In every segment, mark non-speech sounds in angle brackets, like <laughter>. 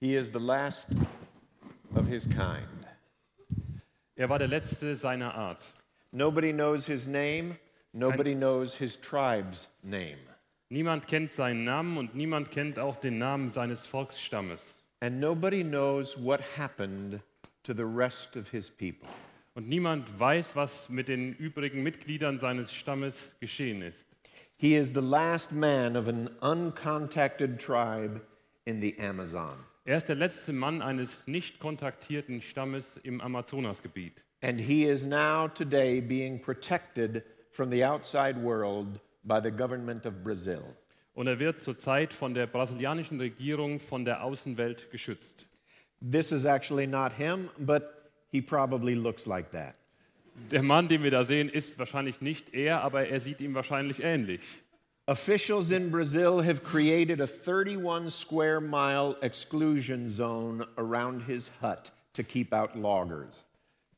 He is the last of his kind. Er war der Letzte seiner Art. Nobody knows his name, nobody knows his tribe's name, Niemand kennt seinen Namen und niemand kennt auch den Namen seines Volksstammes. and nobody knows what happened to the rest of his people. Und niemand weiß, was mit den übrigen Mitgliedern seines Stammes geschehen ist. He is the last man of an uncontacted tribe in the Amazon, Er ist der letzte Mann eines nicht kontaktierten Stammes im Amazonasgebiet. and he is now today being protected from the outside world by the government of Brazil. Und er wird zurzeit von der brasilianischen Regierung von der Außenwelt geschützt. This is actually not him, but he probably looks like that. Der Mann, den wir da sehen, ist wahrscheinlich nicht er, aber er sieht ihm wahrscheinlich ähnlich. Officials in Brazil have created a 31 square mile exclusion zone around his hut to keep out loggers.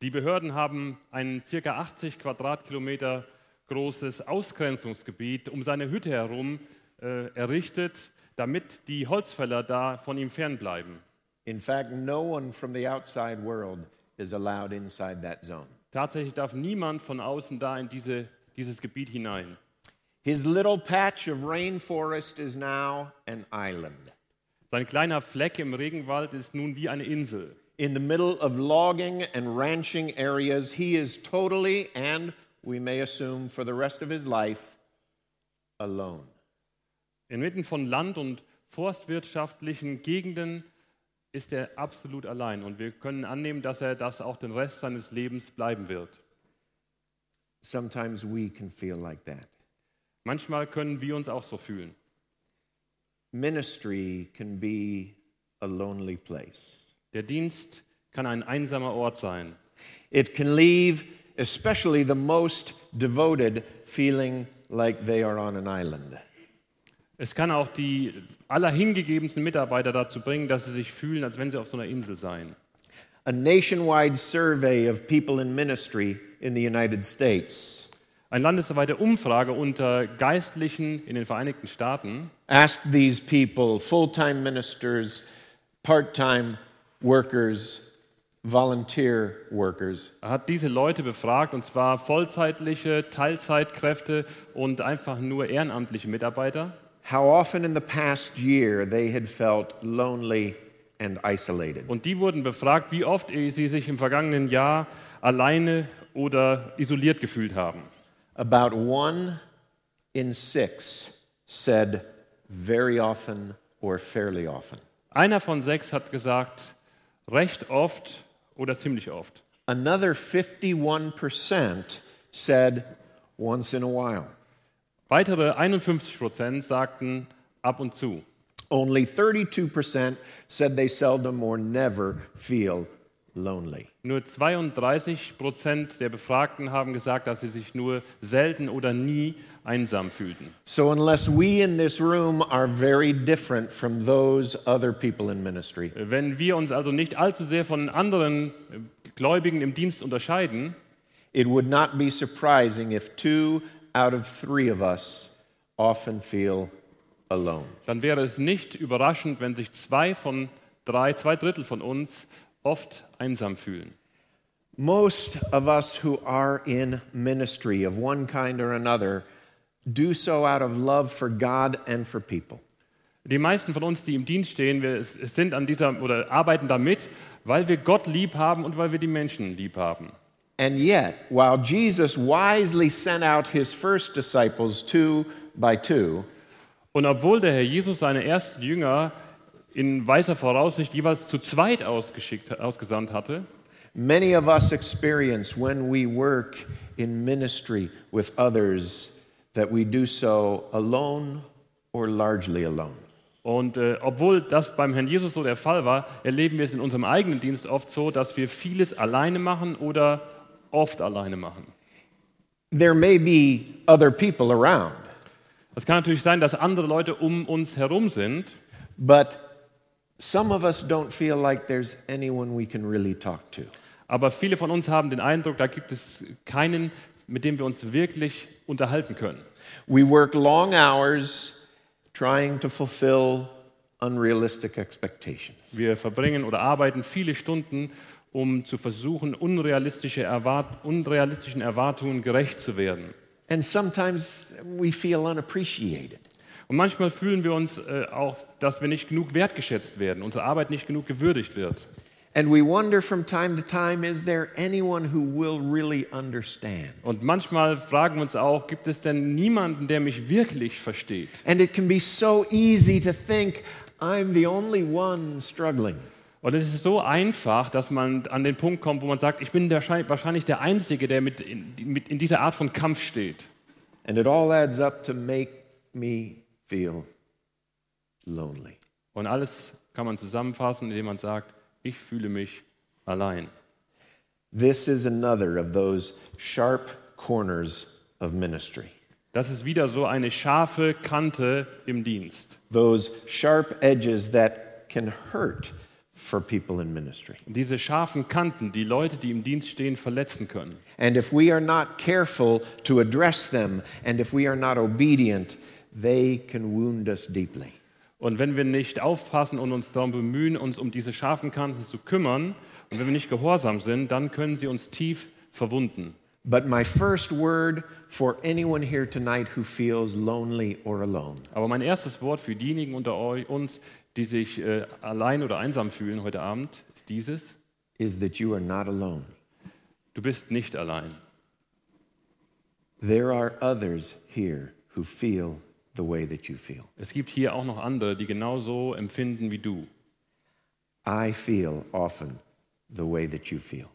Die Behörden haben ein ca. 80 Quadratkilometer großes Ausgrenzungsgebiet um seine Hütte herum äh, errichtet, damit die Holzfäller da von ihm fernbleiben. In fact, no one from the outside world is allowed inside that zone. Tatsächlich darf niemand von außen da in diese, dieses Gebiet hinein. His little patch of rainforest is now an island. Sein kleiner Fleck im Regenwald ist nun wie eine Insel. In the middle of logging and ranching areas, he is totally, and we may assume for the rest of his life, alone. Inmitten von Land- und forstwirtschaftlichen Gegenden ist er absolut allein und wir können annehmen, dass er das auch den Rest seines Lebens bleiben wird. Sometimes we can feel like that. Manchmal können wir uns auch so fühlen. Ministry can be a lonely place. Der Dienst kann ein einsamer Ort sein. It can leave, especially the most devoted, feeling like they are on an island. Es kann auch die allerhingegebensten Mitarbeiter dazu bringen, dass sie sich fühlen, als wenn sie auf so einer Insel seien. A nationwide survey of people in ministry in the United States Eine landesweite Umfrage unter Geistlichen in den Vereinigten Staaten asked these people, full time ministers, part time workers, volunteer workers, hat diese Leute befragt, und zwar vollzeitliche, Teilzeitkräfte und einfach nur ehrenamtliche Mitarbeiter, how often in the past year they had felt lonely and isolated. und die wurden befragt, wie oft sie sich im vergangenen Jahr alleine oder isoliert gefühlt haben. About one in six said very often or fairly often. Einer von sechs hat gesagt, recht oft oder ziemlich oft. Another 51% said once in a while. Weitere 51 Prozent sagten ab und zu. Only 32% said they seldom or never feel lonely. Nur 32 Prozent der Befragten haben gesagt, dass sie sich nur selten oder nie einsam fühlten. So, unless we in this room are very different from those other people in ministry, Wenn wir uns also nicht allzu sehr von anderen äh, Gläubigen im Dienst unterscheiden, it would not be surprising if two out of three of us often feel alone. dann wäre es nicht überraschend, wenn sich zwei von drei, zwei Drittel von uns oft einsam fühlen. Most of us who are in ministry of one kind or another do so out of love for God and for people. Die meisten von uns, die im Dienst stehen, wir es- es sind an dieser oder arbeiten damit, weil wir Gott lieb haben und weil wir die Menschen lieb haben. And yet, while Jesus wisely sent out his first disciples two by two, Und obwohl der Herr Jesus seine ersten Jünger in weiser Voraussicht jeweils zu zweit ausgeschickt, ausgesandt hatte, many of us experience when we work in ministry with others that we do so alone or largely alone. und äh, obwohl das beim Herrn Jesus so der Fall war, erleben wir es in unserem eigenen Dienst oft so, dass wir vieles alleine machen oder oft alleine machen. There may be other people around, Es kann natürlich sein, dass andere Leute um uns herum sind, But some of us don't feel like there's anyone we can really talk to. Aber viele von uns haben den Eindruck, da gibt es keinen, mit dem wir uns wirklich unterhalten können. We work long hours trying to fulfill unrealistic expectations. Wir verbringen oder arbeiten viele Stunden, um zu versuchen, unrealistische Erwart unrealistischen Erwartungen gerecht zu werden. And sometimes we feel unappreciated. Und manchmal fühlen wir uns äh, auch, dass wir nicht genug wertgeschätzt werden, unsere Arbeit nicht genug gewürdigt wird. And we wonder from time to time is there anyone who will really understand? Und manchmal fragen wir uns auch, gibt es denn niemanden, der mich wirklich versteht? And it can be so easy to think, I'm the only one struggling. Und es ist so einfach, dass man an den Punkt kommt, wo man sagt, ich bin der, Schei- wahrscheinlich der Einzige, der mit in, mit in dieser Art von Kampf steht. And it all adds up to make me feel lonely. Und alles kann man zusammenfassen, indem man sagt, ich fühle mich allein. This is another of those sharp corners of ministry. Das ist wieder so eine scharfe Kante im Dienst. Those sharp edges that can hurt for people in ministry. Und Diese scharfen Kanten, die Leute, die im Dienst stehen, verletzen können. And if we are not careful to address them, and if we are not obedient, they can wound us deeply. Und wenn wir nicht aufpassen und uns darum bemühen, uns um diese scharfen Kanten zu kümmern, und wenn wir nicht gehorsam sind, dann können sie uns tief verwunden. But my first word for anyone here tonight who feels lonely or alone Aber mein erstes Wort für diejenigen unter euch, uns, die sich äh, allein oder einsam fühlen heute Abend, ist dieses. is that you are not alone. Du bist nicht allein. There are others here who feel the way that you feel. Es gibt hier auch noch andere, die genauso empfinden wie du. I feel often the way that you feel.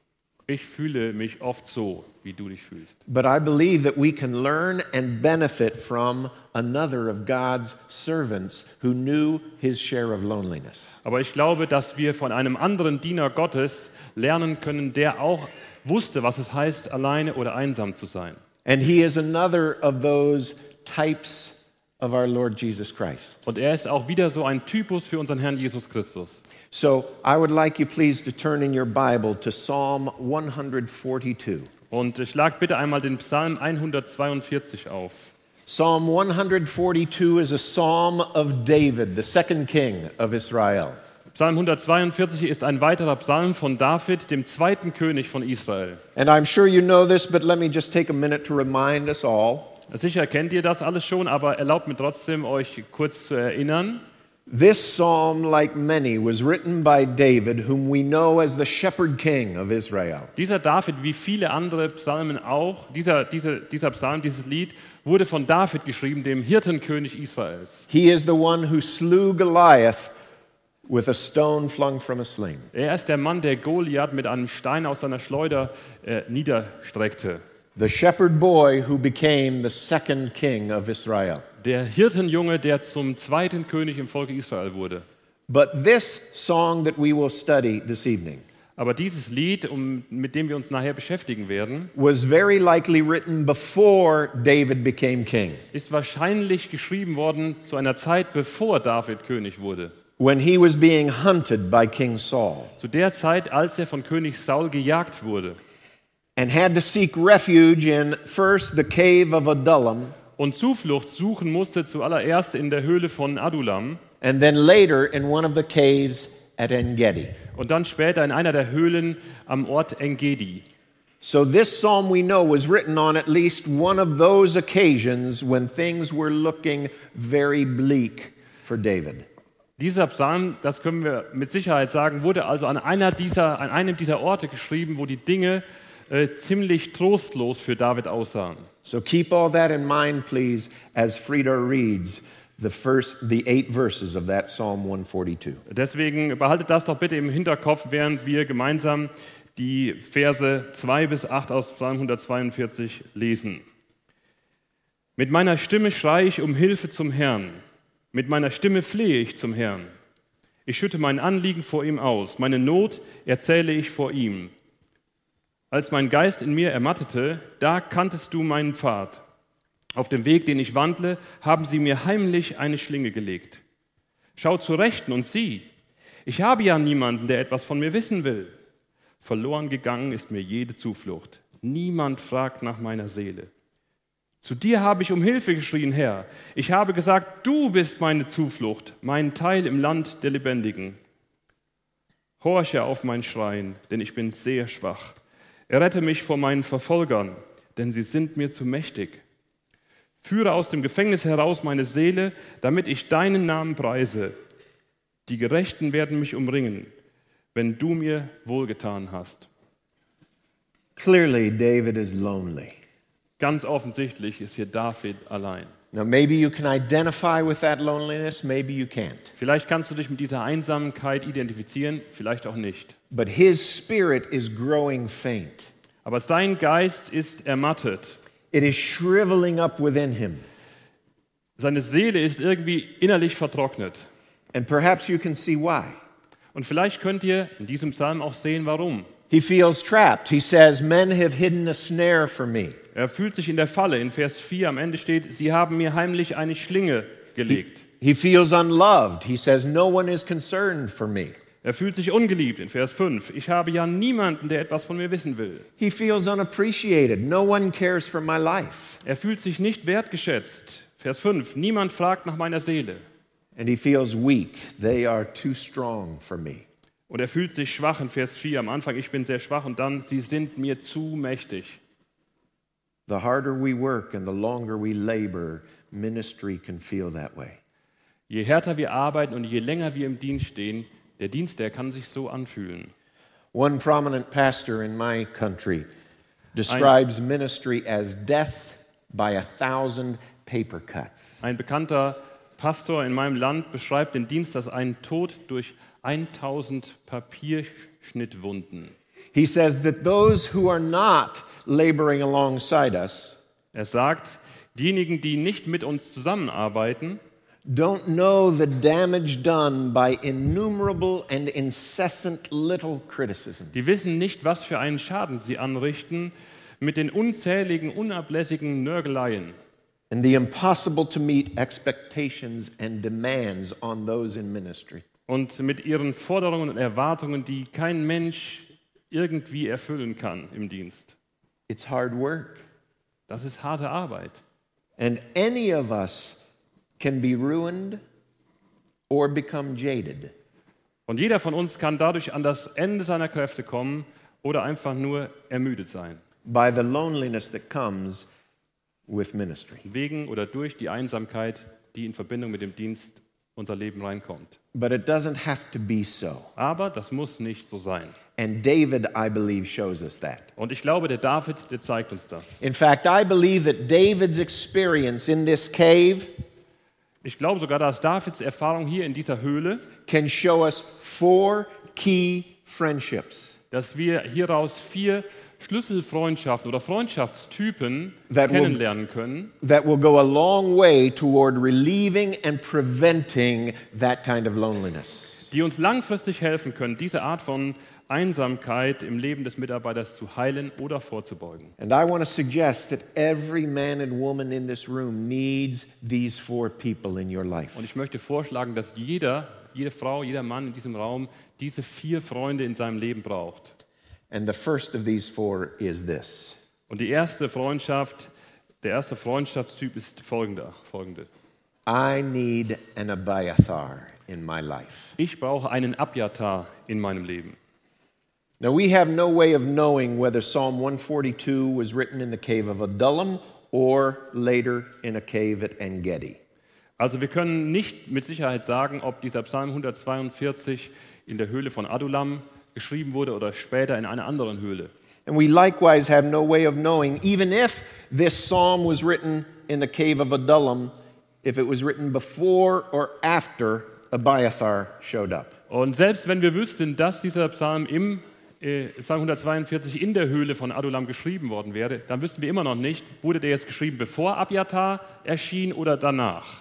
Ich fühle mich oft so, wie du dich fühlst. But I believe that we can learn and benefit from another of God's servants who knew his share of loneliness. Aber ich glaube, dass wir von einem anderen Diener Gottes lernen können, der auch wusste, was es heißt, alleine oder einsam zu sein. And he is another of those types of our Lord Jesus Christ. Und er ist auch wieder so ein Typus für unseren Herrn Jesus Christus. So I would like you, please, to turn in your Bible to Psalm 142. Und äh, schlag bitte einmal den Psalm 142 auf. Psalm 142 is a psalm of David, the second king of Israel. Psalm 142 ist ein weiterer Psalm von David, dem zweiten König von Israel. And I'm sure you know this, but let me just take a minute to remind us all. Sicher kennt ihr das alles schon, aber erlaubt mir trotzdem, euch kurz zu erinnern. This psalm, like many, was written by David, whom we know as the shepherd king of Israel. Dieser David, wie viele andere Psalmen auch, dieser, dieser, dieser Psalm, dieses Lied, wurde von David geschrieben, dem Hirtenkönig Israels. He is the one who slew Goliath with a stone flung from a sling. Er ist der Mann, der Goliath mit einem Stein aus seiner Schleuder äh, niederstreckte. The shepherd boy who became the second king of Israel. Der Hirtenjunge, der zum zweiten König im Volke Israel wurde. But this song that we will study this evening Aber dieses Lied, um, mit dem wir uns nachher beschäftigen werden, was very likely written before David became king. ist wahrscheinlich geschrieben worden zu einer Zeit, bevor David König wurde. When he was being hunted by King Saul Zu der Zeit, als er von König Saul gejagt wurde and had to seek refuge in first the cave of Adullam und Zuflucht suchen musste, zuallererst in der Höhle von Adulam and then later in one of the caves at En Gedi. und dann später in einer der Höhlen am Ort Engedi. So, this psalm we know was written on at least one of those occasions when things were looking very bleak for David. Dieser Psalm, das können wir mit Sicherheit sagen, wurde also an, einer dieser, an einem dieser Orte geschrieben, wo die Dinge äh, ziemlich trostlos für David aussahen. So keep all that in mind, please, as Frida reads the first, the eight verses of that Psalm 142. Deswegen behaltet das doch bitte im Hinterkopf, während wir gemeinsam die Verse 2 bis 8 aus Psalm 142 lesen. Mit meiner Stimme schreie ich um Hilfe zum Herrn. Mit meiner Stimme flehe ich zum Herrn. Ich schütte mein Anliegen vor ihm aus. Meine Not erzähle ich vor ihm. Als mein Geist in mir ermattete, da kanntest du meinen Pfad. Auf dem Weg, den ich wandle, haben sie mir heimlich eine Schlinge gelegt. Schau zur Rechten und sieh, ich habe ja niemanden, der etwas von mir wissen will. Verloren gegangen ist mir jede Zuflucht. Niemand fragt nach meiner Seele. Zu dir habe ich um Hilfe geschrien, Herr. Ich habe gesagt, du bist meine Zuflucht, mein Teil im Land der Lebendigen. Horche auf mein Schreien, denn ich bin sehr schwach. Errette mich vor meinen Verfolgern, denn sie sind mir zu mächtig. Führe aus dem Gefängnis heraus meine Seele, damit ich deinen Namen preise. Die Gerechten werden mich umringen, wenn du mir wohlgetan hast. Clearly, David is lonely. Ganz offensichtlich ist hier David allein. Now, maybe you can identify with that loneliness, maybe you can't. Vielleicht kannst du dich mit dieser Einsamkeit identifizieren, vielleicht auch nicht. But his spirit is growing faint, Aber sein Geist ist ermattet. it is shriveling up within him. Seine Seele ist irgendwie innerlich vertrocknet. And perhaps you can see why. Und vielleicht könnt ihr in diesem Psalm auch sehen, warum. He feels trapped. He says, Men have hidden a snare for me. Er fühlt sich in der Falle. In Vers 4 am Ende steht, sie haben mir heimlich eine Schlinge gelegt. He feels unloved. He says, No one is concerned for me. Er fühlt sich ungeliebt. In Vers 5, ich habe ja niemanden, der etwas von mir wissen will. He feels unappreciated. No one cares for my life. Er fühlt sich nicht wertgeschätzt. Vers 5, niemand fragt nach meiner Seele. And he feels weak. They are too strong for me. Und er fühlt sich schwach in Vers 4 am Anfang, ich bin sehr schwach und dann, sie sind mir zu mächtig. The harder we work and the longer we labor, ministry can feel that way. Je härter wir arbeiten und je länger wir im Dienst stehen, der Dienst, der kann sich so anfühlen. One prominent pastor in my country describes ministry as death by a thousand paper cuts. Ein bekannter Pastor in meinem Land beschreibt den Dienst als einen Tod durch 1000 Papierschnittwunden. He says that those who are not laboring alongside us Er sagt, diejenigen, die nicht mit uns zusammenarbeiten, don't know the damage done by innumerable and incessant little criticisms. die wissen nicht, was für einen Schaden sie anrichten mit den unzähligen, unablässigen Nörgeleien. and the impossible to meet expectations and demands on those in ministry. und mit ihren Forderungen und Erwartungen, die kein Mensch irgendwie erfüllen kann im Dienst. It's hard work. Das ist harte Arbeit. And any of us can be ruined or become jaded. Und jeder von uns kann dadurch an das Ende seiner Kräfte kommen oder einfach nur ermüdet sein, by the loneliness that comes with ministry. wegen oder durch die Einsamkeit, die in Verbindung mit dem Dienst unser Leben reinkommt. But it doesn't have to be so. Aber das muss nicht so sein. And David, I believe, shows us that. Und ich glaube, der David, der zeigt uns das. In fact, I believe that David's experience in this cave Ich glaube sogar, dass Davids Erfahrung hier in dieser Höhle, can show us four key friendships dass wir hieraus vier Schlüsselfreundschaften oder Freundschaftstypen That will- kennenlernen können, that will go a long way toward relieving and preventing that kind of loneliness. die uns langfristig helfen können, diese Art von Einsamkeit im Leben des Mitarbeiters zu heilen oder vorzubeugen. And I want to suggest that every man and woman in this room needs these four people in your life. Und ich möchte vorschlagen, dass jeder, jede Frau, jeder Mann in diesem Raum diese vier Freunde in seinem Leben braucht. And the first of these four is this Und die erste Freundschaft, der erste Freundschaftstyp ist folgender, folgende. I need an Abiathar in my life. Ich brauche einen Abjatar in meinem Leben. Now, we have no way of knowing whether Psalm 142 was written in the cave of Adullam or later in a cave at En Gedi. Also wir können nicht mit Sicherheit sagen, ob dieser Psalm 142 in der Höhle von Adulam geschrieben wurde oder später in einer anderen Höhle. And we likewise have no way of knowing, even if this psalm was written in the cave of Adullam, if it was written before or after Abiathar showed up. Und selbst wenn wir wüssten, dass dieser Psalm im äh, Psalm 142 in der Höhle von Adulam geschrieben worden wäre, dann wüssten wir immer noch nicht, wurde der jetzt geschrieben, bevor Abjatar erschien oder danach.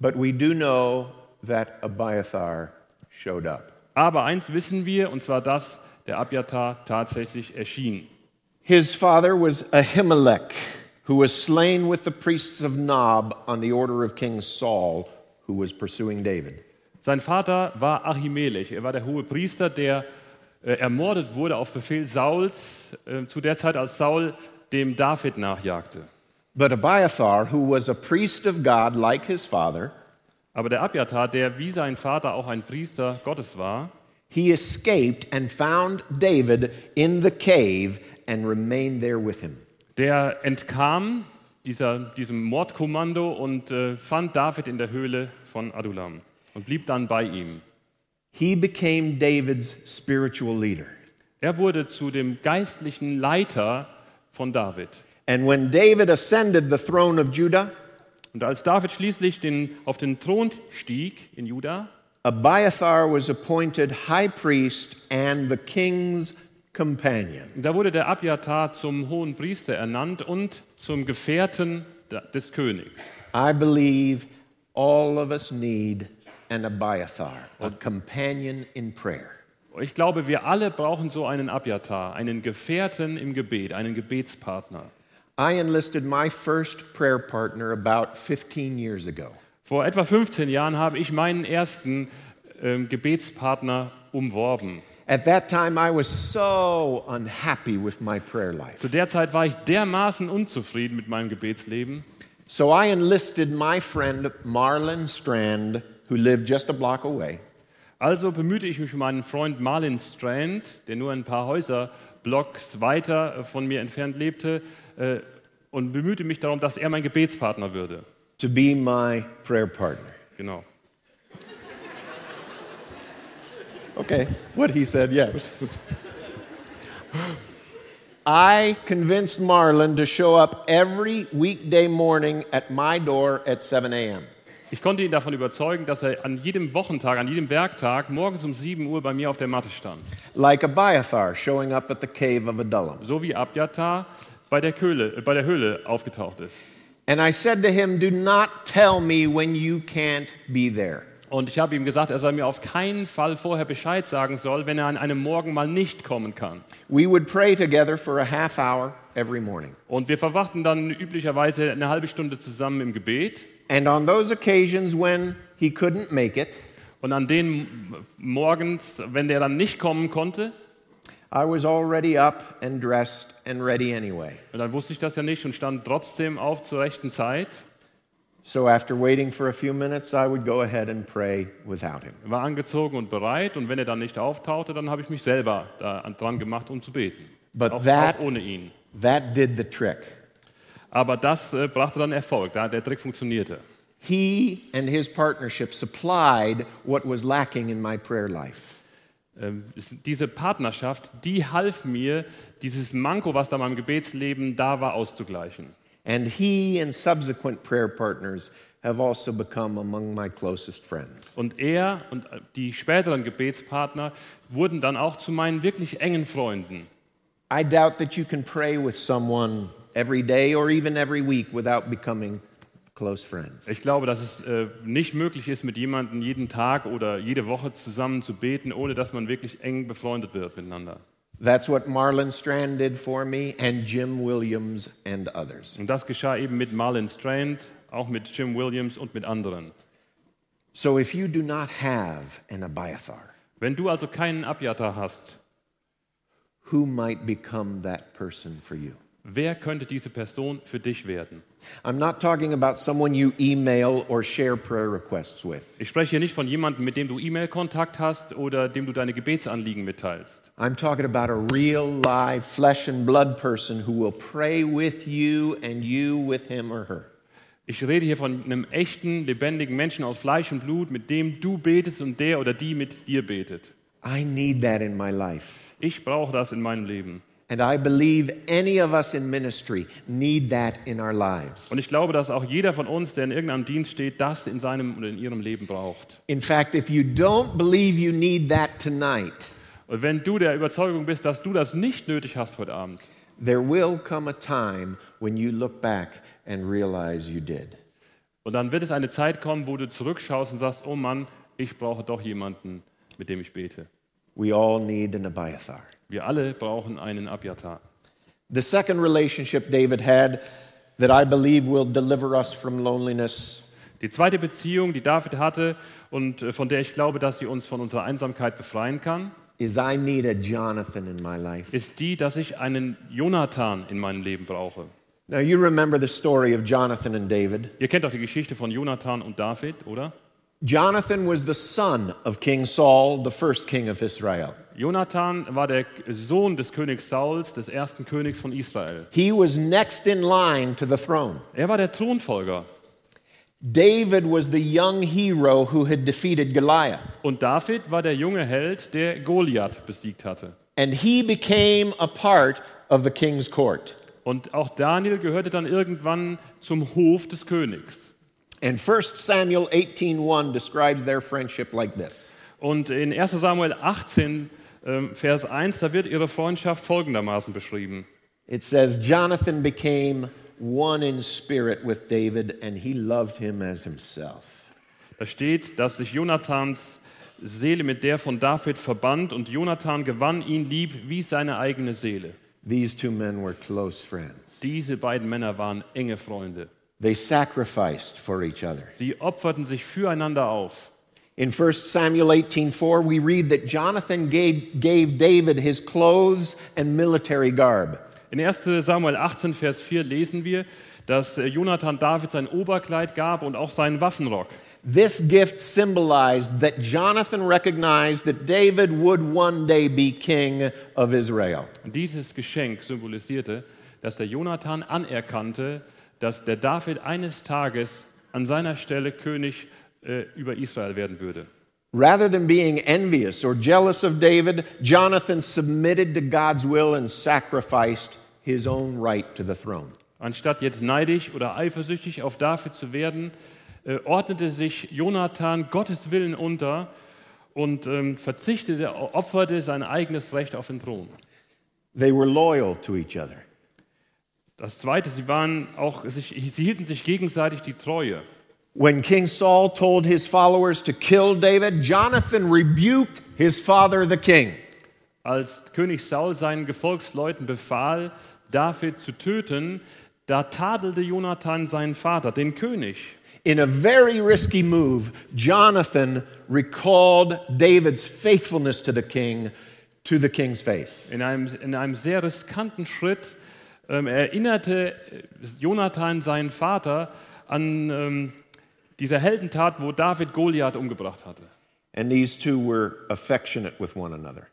But we do know that Abiathar showed up. Aber eins wissen wir, und zwar, dass der Abjatar tatsächlich erschien. His father was Ahimelech, who was slain with the priests of Nob on the order of King Saul, who was pursuing David. Sein Vater war Achimelech. Er war der hohe Priester, der äh, ermordet wurde auf Befehl Sauls, äh, zu der Zeit, als Saul dem David nachjagte. But Abiathar, who was a priest of God like his father, Aber der Abiathar, der wie sein Vater auch ein Priester Gottes war, he escaped and found David in the cave and remained there with him. der entkam dieser, diesem Mordkommando und äh, fand David in der Höhle von Adulam und blieb dann bei ihm. He became David's spiritual leader. Er wurde zu dem geistlichen Leiter von David. And when David ascended the throne of Judah, Und als David schließlich den, auf den Thron stieg in Juda, Abiathar was appointed high priest and the king's companion. da wurde der Abiathar zum hohen Priester ernannt und zum Gefährten da- des Königs. I believe all of us need an Abiathar, a companion in prayer. Ich glaube, wir alle brauchen so einen Abiathar, einen Gefährten im Gebet, einen Gebetspartner. I enlisted my first prayer partner about 15 years ago. Vor etwa 15 Jahren habe ich meinen ersten ähm, Gebetspartner umworben. At that time, I was so unhappy with my prayer life. Zu der Zeit war ich dermaßen unzufrieden mit meinem Gebetsleben. So I enlisted my friend Marlon Strand, who lived just a block away, Also bemühte ich mich um meinen Freund Marlin Strand, der nur ein paar Häuserblocks weiter äh, von mir entfernt lebte, äh, und bemühte mich darum, dass er mein Gebetspartner würde. to be my prayer partner. Genau. Okay, what he said, yes. <laughs> I convinced Marlon to show up every weekday morning at my door at 7 a.m. Ich konnte ihn davon überzeugen, dass er an jedem Wochentag, an jedem Werktag morgens um 7 Uhr bei mir auf der Matte stand. like Abiathar showing up at the cave of Adullam. So wie Abjatar bei der, Köhle, äh, bei der Höhle aufgetaucht ist. And I said to him, Do not tell me when you can't be there. Und ich habe ihm gesagt, er soll mir auf keinen Fall vorher Bescheid sagen soll, wenn er an einem Morgen mal nicht kommen kann. We would pray together for a half hour every morning. Und wir verwachten dann üblicherweise eine halbe Stunde zusammen im Gebet. And on those occasions when he couldn't make it, Und an den morgens, wenn der dann nicht kommen konnte, I was already up and dressed and ready anyway. und dann wusste ich das ja nicht und stand trotzdem auf zur rechten Zeit, So after waiting for a few minutes, I would go ahead and pray without him. war angezogen und bereit. Und wenn er dann nicht auftauchte, dann habe ich mich selber da dran gemacht, um zu beten. But Auch, that- auch ohne ihn. That did the trick. Aber das äh, brachte dann Erfolg, da der Trick funktionierte. He and his partnership supplied what was lacking in my prayer life. Ähm, es- Diese Partnerschaft, die half mir, dieses Manko, was da in meinem Gebetsleben da war, auszugleichen. And he and subsequent prayer partners have also become among my closest friends. Und er und äh, die späteren Gebetspartner wurden dann auch zu meinen wirklich engen Freunden. I doubt that you can pray with someone every day or even every week without becoming close friends. Ich glaube, dass es äh, nicht möglich ist, mit jemandem jeden Tag oder jede Woche zusammen zu beten, ohne dass man wirklich eng befreundet wird miteinander. That's what Marlon Strand did for me and Jim Williams and others. Und das geschah eben mit Marlon Strand, auch mit Jim Williams und mit anderen. So if you do not have an Abiathar, Wenn du also keinen Abjatar hast, who might become that person for you? wer könnte diese Person für dich werden? I'm not talking about someone you email or share prayer requests with. Ich spreche hier nicht von jemandem, mit dem du E-Mail-Kontakt hast oder dem du deine Gebetsanliegen mitteilst. I'm talking about a real, live, flesh and blood person who will pray with you and you with him or her. Ich rede hier von einem echten, lebendigen Menschen aus Fleisch und Blut, mit dem du betest und der oder die mit dir betet. I need that in my life. Ich brauche das in meinem Leben. And I believe any of us in ministry need that in our lives. Und ich glaube, dass auch jeder von uns, der in irgendeinem Dienst steht, das in seinem oder in ihrem Leben braucht. In fact, if you don't believe you need that tonight, Und wenn du der Überzeugung bist, dass du das nicht nötig hast heute Abend, there will come a time when you look back and realize you did. und dann wird es eine Zeit kommen, wo du zurückschaust und sagst, oh Mann, ich brauche doch jemanden, mit dem ich bete. We all need an Abiathar. Wir alle brauchen einen Abjatar. The second relationship David had that I believe will deliver us from loneliness Die zweite Beziehung, die David hatte und äh, von der ich glaube, dass sie uns von unserer Einsamkeit befreien kann, is I need a Jonathan in my life. ist die, dass ich einen Jonathan in meinem Leben brauche. Now, you remember the story of Jonathan and David. Ihr kennt doch die Geschichte von Jonathan und David, oder? Jonathan was the son of King Saul, the first king of Israel. Jonathan war der Sohn des Königs Sauls, des ersten Königs von Israel. He was next in line to the throne. Er war der Thronfolger. David was the young hero who had defeated Goliath, Und David war der junge Held, der Goliath besiegt hatte. and he became a part of the king's court. Und auch Daniel gehörte dann irgendwann zum Hof des Königs. And 1 Samuel 18:1 describes their friendship like this. Und in 1 Samuel 18, ähm, Vers 1, da wird ihre Freundschaft folgendermaßen beschrieben. It says Jonathan became one in spirit with David and he loved him as himself. Da steht, dass sich Jonathans Seele mit der von David verband und Jonathan gewann ihn lieb wie seine eigene Seele. These two men were close friends. Diese beiden Männer waren enge Freunde. They sacrificed for each other. Sie opferten sich füreinander auf. In 1 Samuel 18:4 we read that Jonathan gave, gave David his clothes and military garb. In 1 Samuel 18, Vers 4 lesen wir, dass äh, Jonathan David sein Oberkleid gab und auch seinen Waffenrock. This gift symbolized that Jonathan recognized that David would one day be king of Israel. Und dieses Geschenk symbolisierte, dass der Jonathan anerkannte, dass der David eines Tages an seiner Stelle König äh, über Israel werden würde. Rather than being envious or jealous of David, Jonathan submitted to God's will and sacrificed his own right to the throne. Anstatt jetzt neidisch oder eifersüchtig auf David zu werden, äh, ordnete sich Jonathan Gottes Willen unter und ähm, verzichtete, opferte sein eigenes Recht auf den Thron. They were loyal to each other. Das Zweite, sie, waren auch, sich, sie hielten sich gegenseitig die Treue. When King Saul told his followers to kill David, Jonathan rebuked his father, the king. Als König Saul seinen Gefolgsleuten befahl, David zu töten, da tadelte Jonathan seinen Vater, den König. In a very risky move, Jonathan recalled David's faithfulness to the king to the king's face. In einem, in einem sehr riskanten Schritt ähm, erinnerte äh, Jonathan seinen Vater an ähm, diese Heldentat, wo David Goliath umgebracht hatte. And these two were affectionate with one another.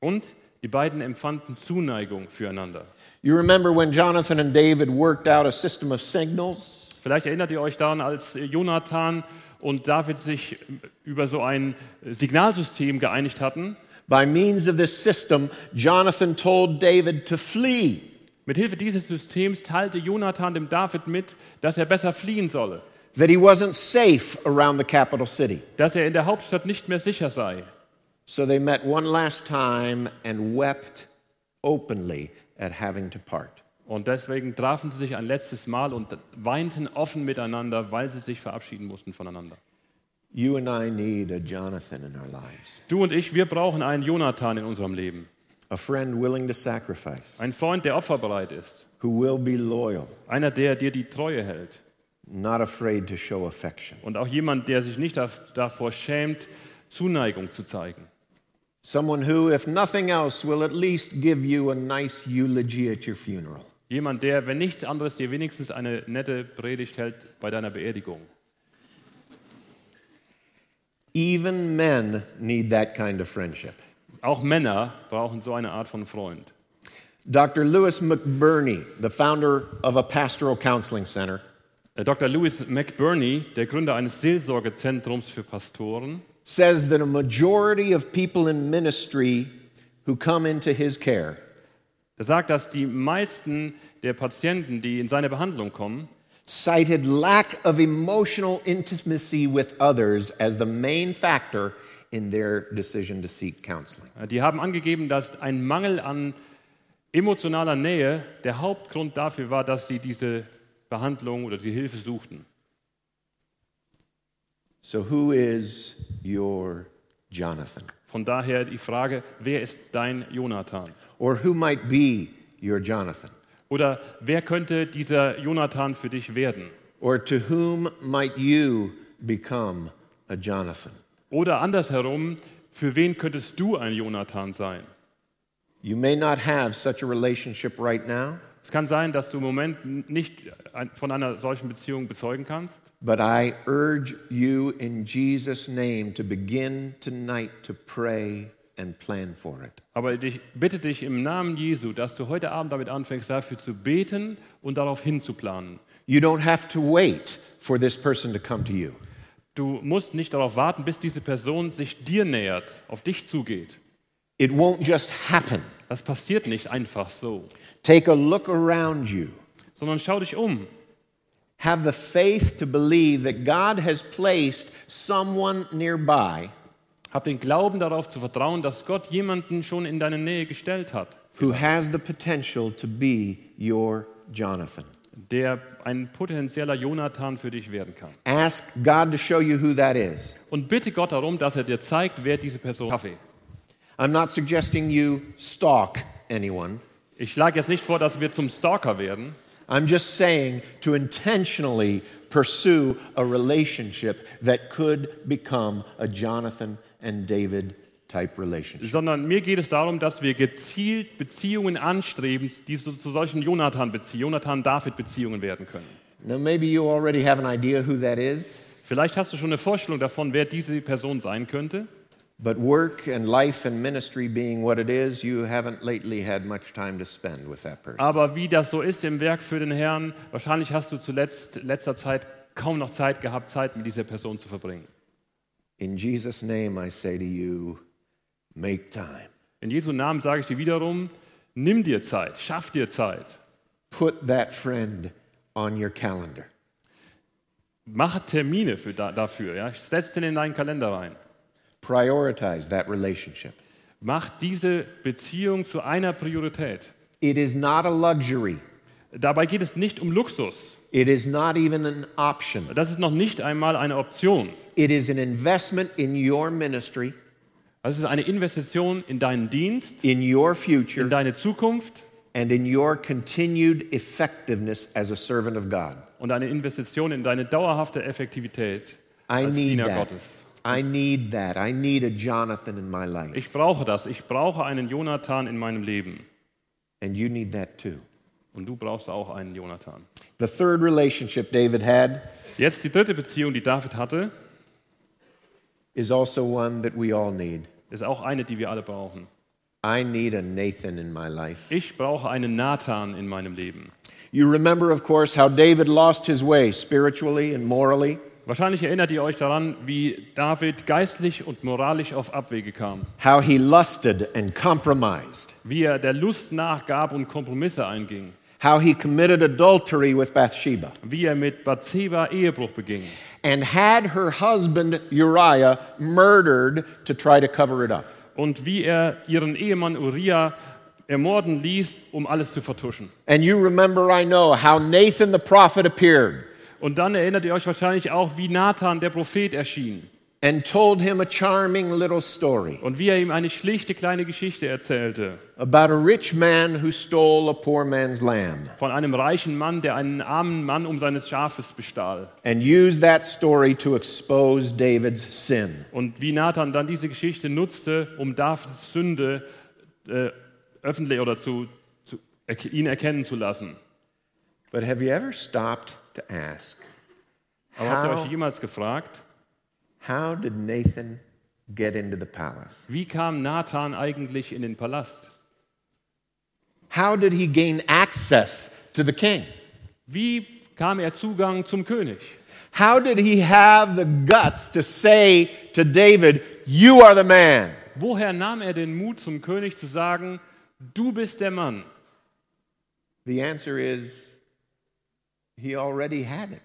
Und die beiden empfanden Zuneigung füreinander. You remember when Jonathan and David worked out a system of signals? Vielleicht erinnert ihr euch daran, als äh, Jonathan und David sich ähm, über so ein äh, Signalsystem geeinigt hatten. By means of this system, Jonathan told David to flee. Mithilfe dieses Systems teilte Jonathan dem David mit, dass er besser fliehen solle, That he wasn't safe around the capital city. dass er in der Hauptstadt nicht mehr sicher sei. So they met one last time and wept openly at having to part. Und deswegen trafen sie sich ein letztes Mal und weinten offen miteinander, weil sie sich verabschieden mussten voneinander. You and I need a Jonathan in our lives, Du und ich, wir brauchen einen Jonathan in unserem Leben. a friend willing to sacrifice, Ein Freund, der opferbereit ist. who will be loyal, Einer, der dir die Treue hält. not afraid to show affection. Und auch jemand, der sich nicht daf- davor schämt, Zuneigung zu zeigen. Someone who, if nothing else, will at least give you a nice eulogy at your funeral. Jemand, der, wenn nichts anderes, dir wenigstens eine nette Predigt hält bei deiner Beerdigung. Even men need that kind of friendship. Auch Männer brauchen so eine Art von Freund. Dr. Lewis McBurney, the founder of a pastoral counseling center, Äh, Dr. Louis McBurney, der Gründer eines Seelsorgezentrums für Pastoren, says that a majority of people in ministry who come into his care der sagt, dass die meisten der Patienten, die in seine Behandlung kommen, cited lack of emotional intimacy with others as the main factor in their decision to seek counseling. äh, die haben angegeben, dass ein Mangel an emotionaler Nähe der Hauptgrund dafür war, dass sie diese Behandlung oder die Hilfe suchten. So, who is your Jonathan? Von daher die Frage, wer ist dein Jonathan? Or who might be your Jonathan? Oder wer könnte dieser Jonathan für dich werden? Or to whom might you become a Jonathan? Oder andersherum, für wen könntest du ein Jonathan sein? You may not have such a relationship right now, Es kann sein, dass du im Moment nicht ein- von einer solchen Beziehung bezeugen kannst, But I urge you in Jesus' name to begin tonight to pray and plan for it. aber ich bitte dich im Namen Jesu, dass du heute Abend damit anfängst, dafür zu beten und darauf hinzuplanen. You don't have to wait for this person to come to you. Du musst nicht darauf warten, bis diese Person sich dir nähert, auf dich zugeht. It won't just happen. Das passiert nicht einfach so, Take a look around you. sondern schau dich um. Have the faith to believe that God has placed someone nearby Hab den Glauben darauf zu vertrauen, dass Gott jemanden schon in deine Nähe gestellt hat, who has the potential to be your Jonathan. der ein potenzieller Jonathan für dich werden kann. Ask God to show you who that is. Und bitte Gott darum, dass er dir zeigt, wer diese Person Kaffee. I'm not suggesting you stalk anyone. Ich schlage jetzt nicht vor, dass wir zum Stalker werden, I'm just saying to intentionally pursue a relationship that could become a Jonathan and David type relationship. sondern mir geht es darum, dass wir gezielt Beziehungen anstreben, die so, zu solchen Jonathan-Beziehungen, Jonathan-David-Beziehungen werden können. Now, maybe you already have an idea who that is, Vielleicht hast du schon eine Vorstellung davon, wer diese Person sein könnte, but work and life and ministry being what it is, you haven't lately had much time to spend with that person. aber wie das so ist im Werk für den Herrn, wahrscheinlich hast du zuletzt letzter Zeit kaum noch Zeit gehabt, Zeit mit dieser Person zu verbringen. In Jesus' name, I say to you, make time. In Jesu Namen sage ich dir wiederum, nimm dir Zeit, schaff dir Zeit. Put that friend on your calendar. Mache Termine für, da, dafür. Ja? Setz den in deinen Kalender rein. Prioritize that relationship. Mach diese Beziehung zu einer Priorität. It is not a luxury. Dabei geht es nicht um Luxus. It is not even an option. Das ist noch nicht einmal eine Option. It is an investment in your ministry, Das ist eine Investition in deinen Dienst, in your in future, deine Zukunft and in your continued effectiveness as a servant of God. und eine Investition in deine dauerhafte Effektivität I als need Diener that. Gottes. I need that. I need a Jonathan in my life. Ich brauche das. Ich brauche einen Jonathan in meinem Leben. And you need that too. Und du brauchst auch einen Jonathan. The third relationship David had Jetzt die dritte Beziehung, die David hatte, is also one that we all need. ist auch eine, die wir alle brauchen. I need a Nathan in my life. Ich brauche einen Nathan in meinem Leben. You remember, of course, how David lost his way spiritually and morally. Wahrscheinlich erinnert ihr euch daran, wie David geistlich und moralisch auf Abwege kam, how he lusted and compromised, wie er der Lust nachgab und Kompromisse einging, how he committed adultery with Bathsheba, wie er mit Bathseba Ehebruch beging and had her husband Uriah murdered to try to cover it up. und wie er ihren Ehemann Uriah ermorden ließ, um alles zu vertuschen. And you remember, I know, how Nathan the prophet appeared Und dann erinnert ihr euch wahrscheinlich auch, wie Nathan der Prophet erschien and told him a charming little story und wie er ihm eine schlichte kleine Geschichte erzählte about a rich man who stole a poor man's lamb von einem reichen Mann, der einen armen Mann um seines Schafes bestahl. and used that story to expose David's sin. Und wie Nathan dann diese Geschichte nutzte, um Davids Sünde äh, öffentlich oder zu, zu erk- ihn erkennen zu lassen. But have you ever stopped to ask, Aber habt ihr How? euch jemals gefragt, how did Nathan get into the palace? wie kam Nathan eigentlich in den Palast? How did he gain access to the king? Wie kam er Zugang zum König? How did he have the guts to say to David, You are the man? Woher nahm er den Mut, zum König zu sagen, du bist der Mann? The answer is he already had it.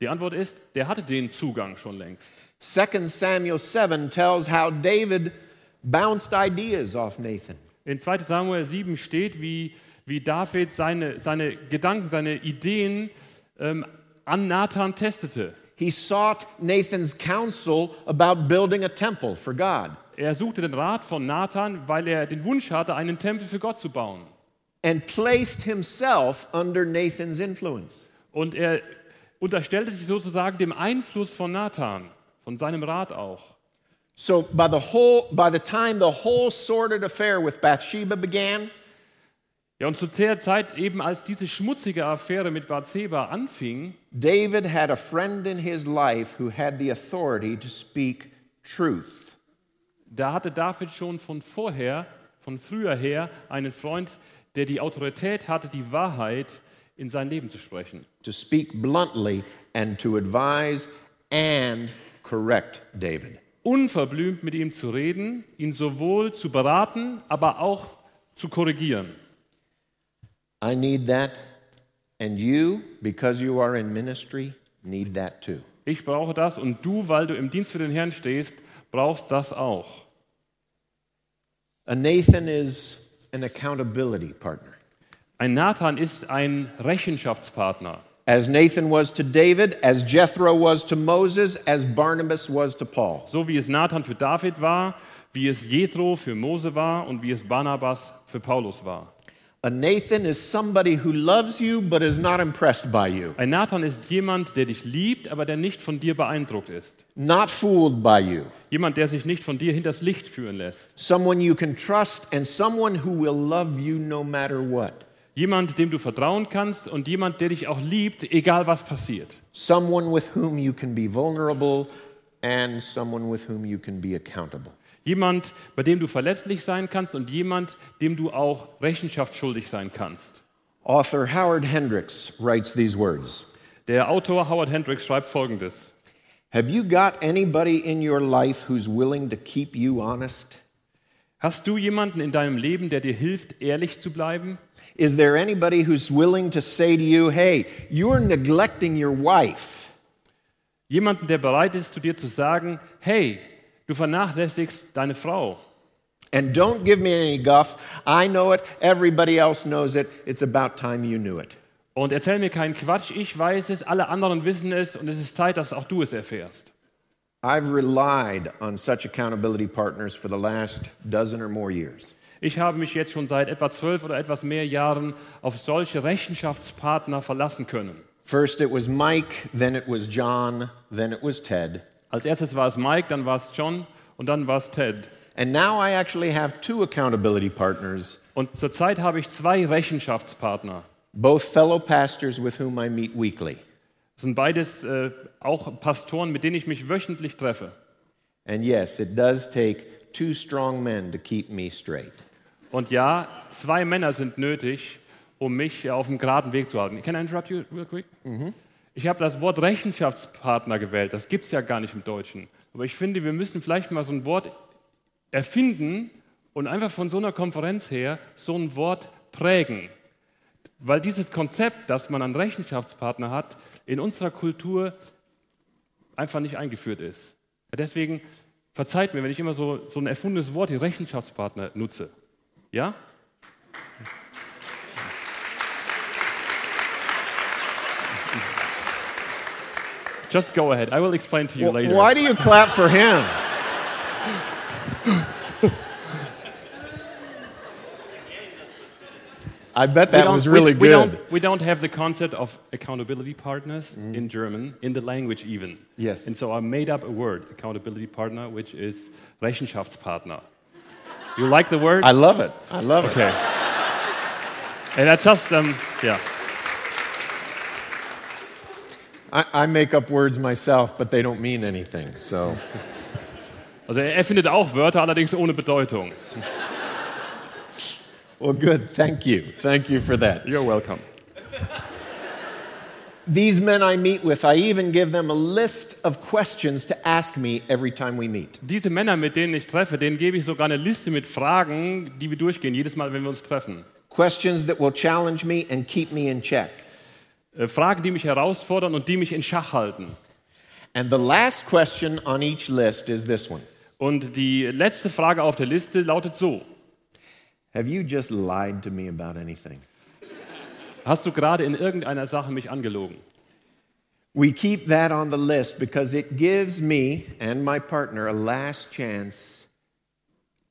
Die Antwort ist, der hatte den Zugang schon längst. 2 Samuel 7 tells how David bounced ideas off Nathan. In 2 Samuel 7 steht, wie, wie David seine, seine Gedanken, seine Ideen ähm, an Nathan testete. He sought Nathan's counsel about building a temple for God Er suchte den Rat von Nathan, weil er den Wunsch hatte, einen Tempel für Gott zu bauen. and placed himself under Nathan's influence. Und er unterstellte sich sozusagen dem Einfluss von Nathan, von seinem Rat auch. So by the whole by the time the whole sordid affair with Bathsheba began, Ja, und zu der Zeit, eben als diese schmutzige Affäre mit Bathseba anfing, David had a friend in his life who had the authority to speak truth. da hatte David schon von vorher, von früher her, einen Freund, der die Autorität hatte, die Wahrheit in sein Leben zu sprechen. to speak bluntly and to advise and correct David. Unverblümt mit ihm zu reden, ihn sowohl zu beraten, aber auch zu korrigieren. I need that, and you, because you are in ministry, need that too. Ich brauche das und du, weil du im Dienst für den Herrn stehst, brauchst das auch. A Nathan is an accountability partner. Ein Nathan ist ein Rechenschaftspartner. As Nathan was to David, as Jethro was to Moses, as Barnabas was to Paul. So wie es Nathan für David war, wie es Jethro für Mose war und wie es Barnabas für Paulus war. A Nathan is somebody who loves you but is not impressed by you, Ein Nathan ist jemand, der dich liebt, aber der nicht von dir beeindruckt ist. not fooled by you, Jemand, der sich nicht von dir hinters Licht führen lässt. someone you can trust, and someone who will love you no matter what. Jemand, dem du vertrauen kannst und jemand, der dich auch liebt, egal was passiert. someone with whom you can be vulnerable and someone with whom you can be accountable. Jemand, bei dem du verletzlich sein kannst und jemand, dem du auch Rechenschaft schuldig sein kannst. Author Howard Hendricks writes these words Der Autor Howard Hendricks schreibt folgendes: Have you got anybody in your life who's willing to keep you honest? Hast du jemanden in deinem Leben, der dir hilft, ehrlich zu bleiben? Is there anybody who's willing to say to you, hey, you're neglecting your wife? Jemanden, der bereit ist, zu dir zu sagen: Hey, du vernachlässigst deine Frau. And don't give me any guff. I know it. Everybody else knows it. It's about time you knew it. Und erzähl mir keinen Quatsch, ich weiß es, alle anderen wissen es und es ist Zeit, dass auch du es erfährst. I've relied on such accountability partners for the last dozen or more years. Ich habe mich jetzt schon seit etwa zwölf oder etwas mehr Jahren auf solche Rechenschaftspartner verlassen können. First it was Mike, then it was John, then it was Ted. Als erstes war es Mike, dann war es John und dann war es Ted. And now I actually have two accountability partners, Und zurzeit habe ich zwei Rechenschaftspartner. both fellow pastors with whom I meet weekly. Das sind beides äh, auch Pastoren, mit denen ich mich wöchentlich treffe. And yes, it does take two strong men to keep me straight. Und ja, zwei Männer sind nötig, um mich auf dem geraden Weg zu halten. Can I interrupt you real quick? Ich habe das Wort Rechenschaftspartner gewählt. Das gibt es ja gar nicht im Deutschen. Aber ich finde, wir müssen vielleicht mal so ein Wort erfinden und einfach von so einer Konferenz her so ein Wort prägen. Weil dieses Konzept, dass man einen Rechenschaftspartner hat, in unserer Kultur einfach nicht eingeführt ist. Deswegen verzeiht mir, wenn ich immer so, so ein erfundenes Wort, die Rechenschaftspartner, nutze. Ja? Just go ahead. I will explain to you later. Why do you clap for him? I bet We that don't- was really we, we good. Mm-hmm. don't, we don't have the concept of accountability partners in German, in the language even. Yes. And so I made up a word, accountability partner, which is Rechenschaftspartner. You like the word? I love it. I love it. okay. And I just, um, yeah. I, I make up words myself, but they don't mean anything. So. Also er er findet auch Wörter, allerdings ohne Bedeutung. Well, good. Thank you. Thank you for that. You're welcome. These men I meet with, I even give them a list of questions to ask me every time we meet. Diese Männer, mit denen ich treffe, denen gebe ich sogar eine Liste mit Fragen, die wir durchgehen, jedes Mal, wenn wir uns treffen. Questions that will challenge me and keep me in check. Äh, Fragen, die mich herausfordern und die mich in Schach halten. And the last question on each list is this one Und die letzte Frage auf der Liste lautet so. Have you just lied to me about anything? Hast du gerade in irgendeiner Sache mich angelogen? We keep that on the list because it gives me and my partner a last chance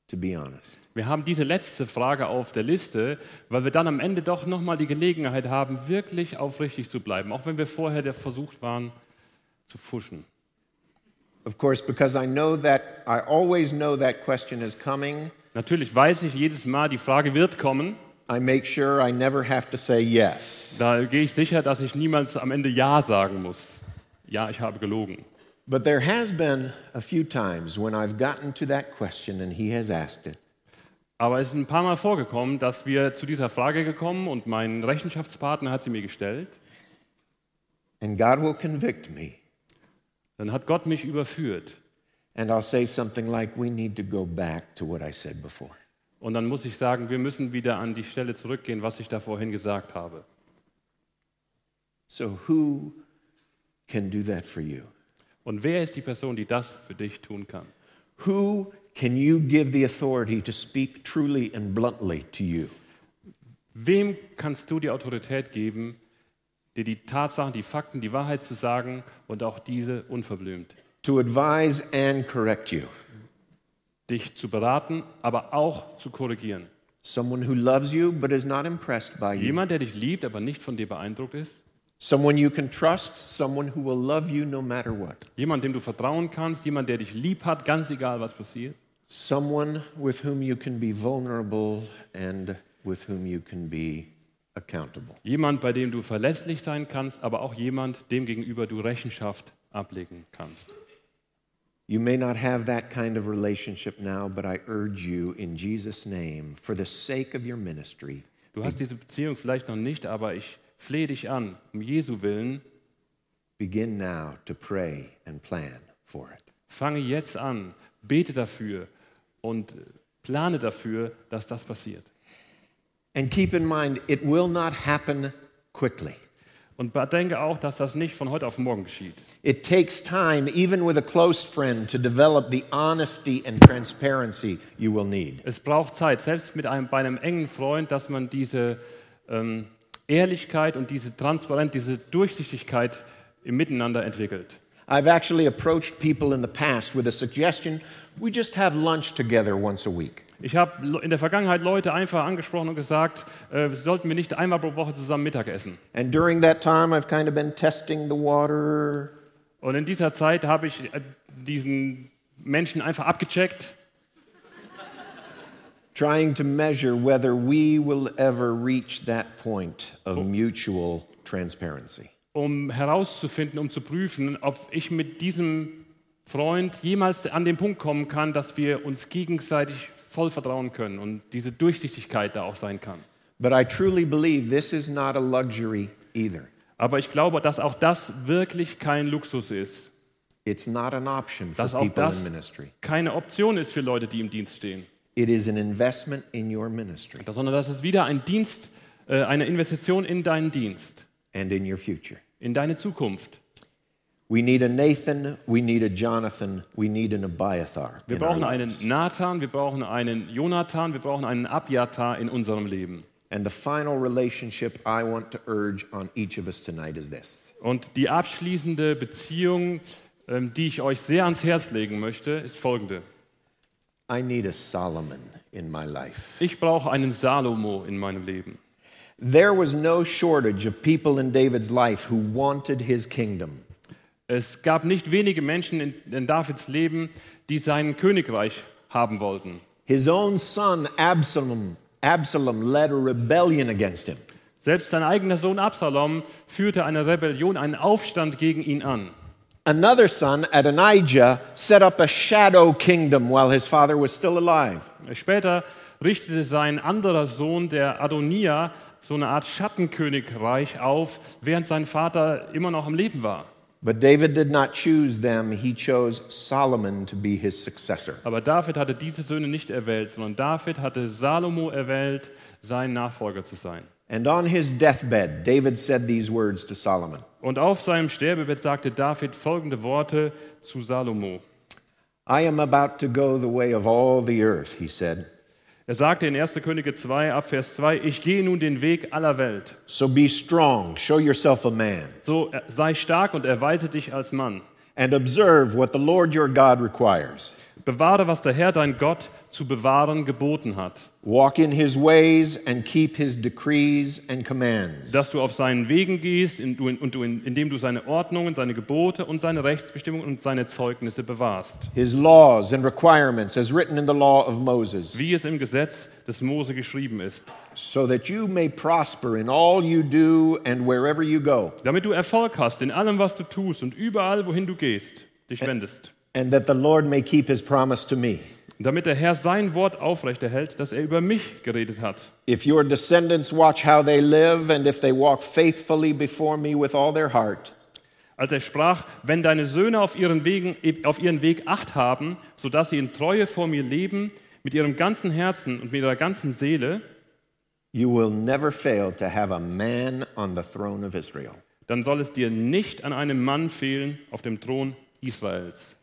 to be honest. Wir haben diese letzte Frage auf der Liste, weil wir dann am Ende doch nochmal die Gelegenheit haben, wirklich aufrichtig zu bleiben, auch wenn wir vorher der versucht waren zu fuschen. Of course, because I know that I always know that question is coming, Natürlich weiß ich jedes Mal, die Frage wird kommen I make sure I never have to say yes. Da gehe ich sicher, dass ich niemals am Ende Ja sagen muss. Ja, ich habe gelogen. But there has been a few times when I've gotten to that question and he has asked it. Aber es ist ein paar Mal vorgekommen, dass wir zu dieser Frage gekommen und mein Rechenschaftspartner hat sie mir gestellt. And God will convict me. Dann hat Gott mich überführt. And I'll say something like, We need to go back to what I said before. Und dann muss ich sagen, wir müssen wieder an die Stelle zurückgehen, was ich da vorhin gesagt habe. So, who can do that for you? Und wer ist die Person, die das für dich tun kann? Who can you give the authority to speak truly and bluntly to you? Wem kannst du die Autorität geben, dir die Tatsachen, die Fakten, die Wahrheit zu sagen und auch diese unverblümt? To advise and correct you? Dich zu beraten, aber auch zu korrigieren. Someone who loves you but is not impressed by you? Jemand, der dich liebt, aber nicht von dir beeindruckt ist. Someone you can trust? Someone who will love you no matter what? Jemand, dem du vertrauen kannst. Jemand, der dich lieb hat, ganz egal, was passiert. Someone with whom you can be vulnerable and with whom you can be accountable. Jemand, bei dem du verlässlich sein kannst, aber auch jemand, dem gegenüber du Rechenschaft ablegen kannst. You may not have that kind of relationship now, but I urge you in Jesus' name, for the sake of your ministry, Du hast diese Beziehung vielleicht noch nicht, aber ich flehe dich an, um Jesu willen, begin now to pray and plan for it. fange jetzt an, bete dafür und plane dafür, dass das passiert. And keep in mind, it will not happen quickly. Und bedenke auch, dass das nicht von heute auf morgen geschieht. It takes time, even with a close friend, to develop the honesty and transparency you will need. Es braucht Zeit, selbst mit einem, bei einem engen Freund, dass man diese ähm, Ehrlichkeit und diese Transparenz, diese Durchsichtigkeit im Miteinander entwickelt. I've actually approached people in the past with a suggestion we just have lunch together once a week. Ich habe in der Vergangenheit Leute einfach angesprochen und gesagt, äh, sollten wir nicht einmal pro Woche zusammen Mittag essen? And during that time, I've kind of been testing the water, Und in dieser Zeit habe ich äh, diesen Menschen einfach abgecheckt, trying to measure whether we will ever reach that point of mutual transparency. um herauszufinden, um zu prüfen, ob ich mit diesem Freund jemals an den Punkt kommen kann, dass wir uns gegenseitig voll vertrauen können und diese Durchsichtigkeit da auch sein kann. But I truly believe this is not a luxury either. Aber ich glaube, dass auch das wirklich kein Luxus ist, It's not an option for dass auch people in das ministry. keine Option ist für Leute, die im Dienst stehen, It is an investment in your ministry sondern dass es wieder ein Dienst, äh, eine Investition in deinen Dienst, and in your future. in deine Zukunft. We need a Nathan, we need a Jonathan, we need an Abiathar. Wir in our brauchen lives. einen Nathan, wir brauchen einen Jonathan, wir brauchen einen Abjatar in unserem Leben. And the final relationship I want to urge on each of us tonight is this Und die abschließende Beziehung, ähm, die ich euch sehr ans Herz legen möchte, ist folgende. I need a Solomon in my life. Ich brauche einen Salomo in meinem Leben. There was no shortage of people in David's life who wanted his kingdom, Es gab nicht wenige Menschen in, in Davids Leben, die sein Königreich haben wollten. His own son Absalom, Absalom led a rebellion against him. Selbst sein eigener Sohn Absalom führte eine Rebellion, einen Aufstand gegen ihn an. Another son, Adonijah, set up a shadow kingdom while his father was still alive. Später richtete sein anderer Sohn, der Adonia, so eine Art Schattenkönigreich auf, während sein Vater immer noch am Leben war. But David did not choose them, he chose Solomon to be his successor. Aber David hatte diese Söhne nicht erwählt, sondern David hatte Salomo erwählt, sein Nachfolger zu sein. And on his deathbed, David said these words to Solomon Und auf seinem Sterbebett sagte David folgende Worte zu Salomo. I am about to go the way of all the earth, he said. Er sagte in 1. Könige 2, Abvers 2, ich gehe nun den Weg aller Welt. So be strong, show yourself a man, So äh, sei stark und erweise dich als Mann. and observe what the Lord your God requires. Bewahre, was der Herr dein Gott zu bewahren geboten hat, Walk in his ways and keep his decrees and commands. dass du auf seinen Wegen gehst in- du- und du, in- indem du seine Ordnungen, seine Gebote und seine Rechtsbestimmungen und seine Zeugnisse bewahrst, His laws and requirements as written in the law of Moses, wie es im Gesetz des Mose geschrieben ist, so that you may prosper in all you do and wherever you go, damit du Erfolg hast in allem, was du tust und überall, wohin du gehst, dich wendest. and that the Lord may keep his promise to me. Und damit der Herr sein Wort aufrechterhält, das er über mich geredet hat. If your descendants watch how they live, and if they walk faithfully before me with all their heart, Als er sprach, wenn deine Söhne auf ihren, Wegen, äh, auf ihren Weg Acht haben, sodass sie in Treue vor mir leben, mit ihrem ganzen Herzen und mit ihrer ganzen Seele, you will never fail to have a man on the throne of Israel. dann soll es dir nicht an einem Mann fehlen auf dem Thron Israels.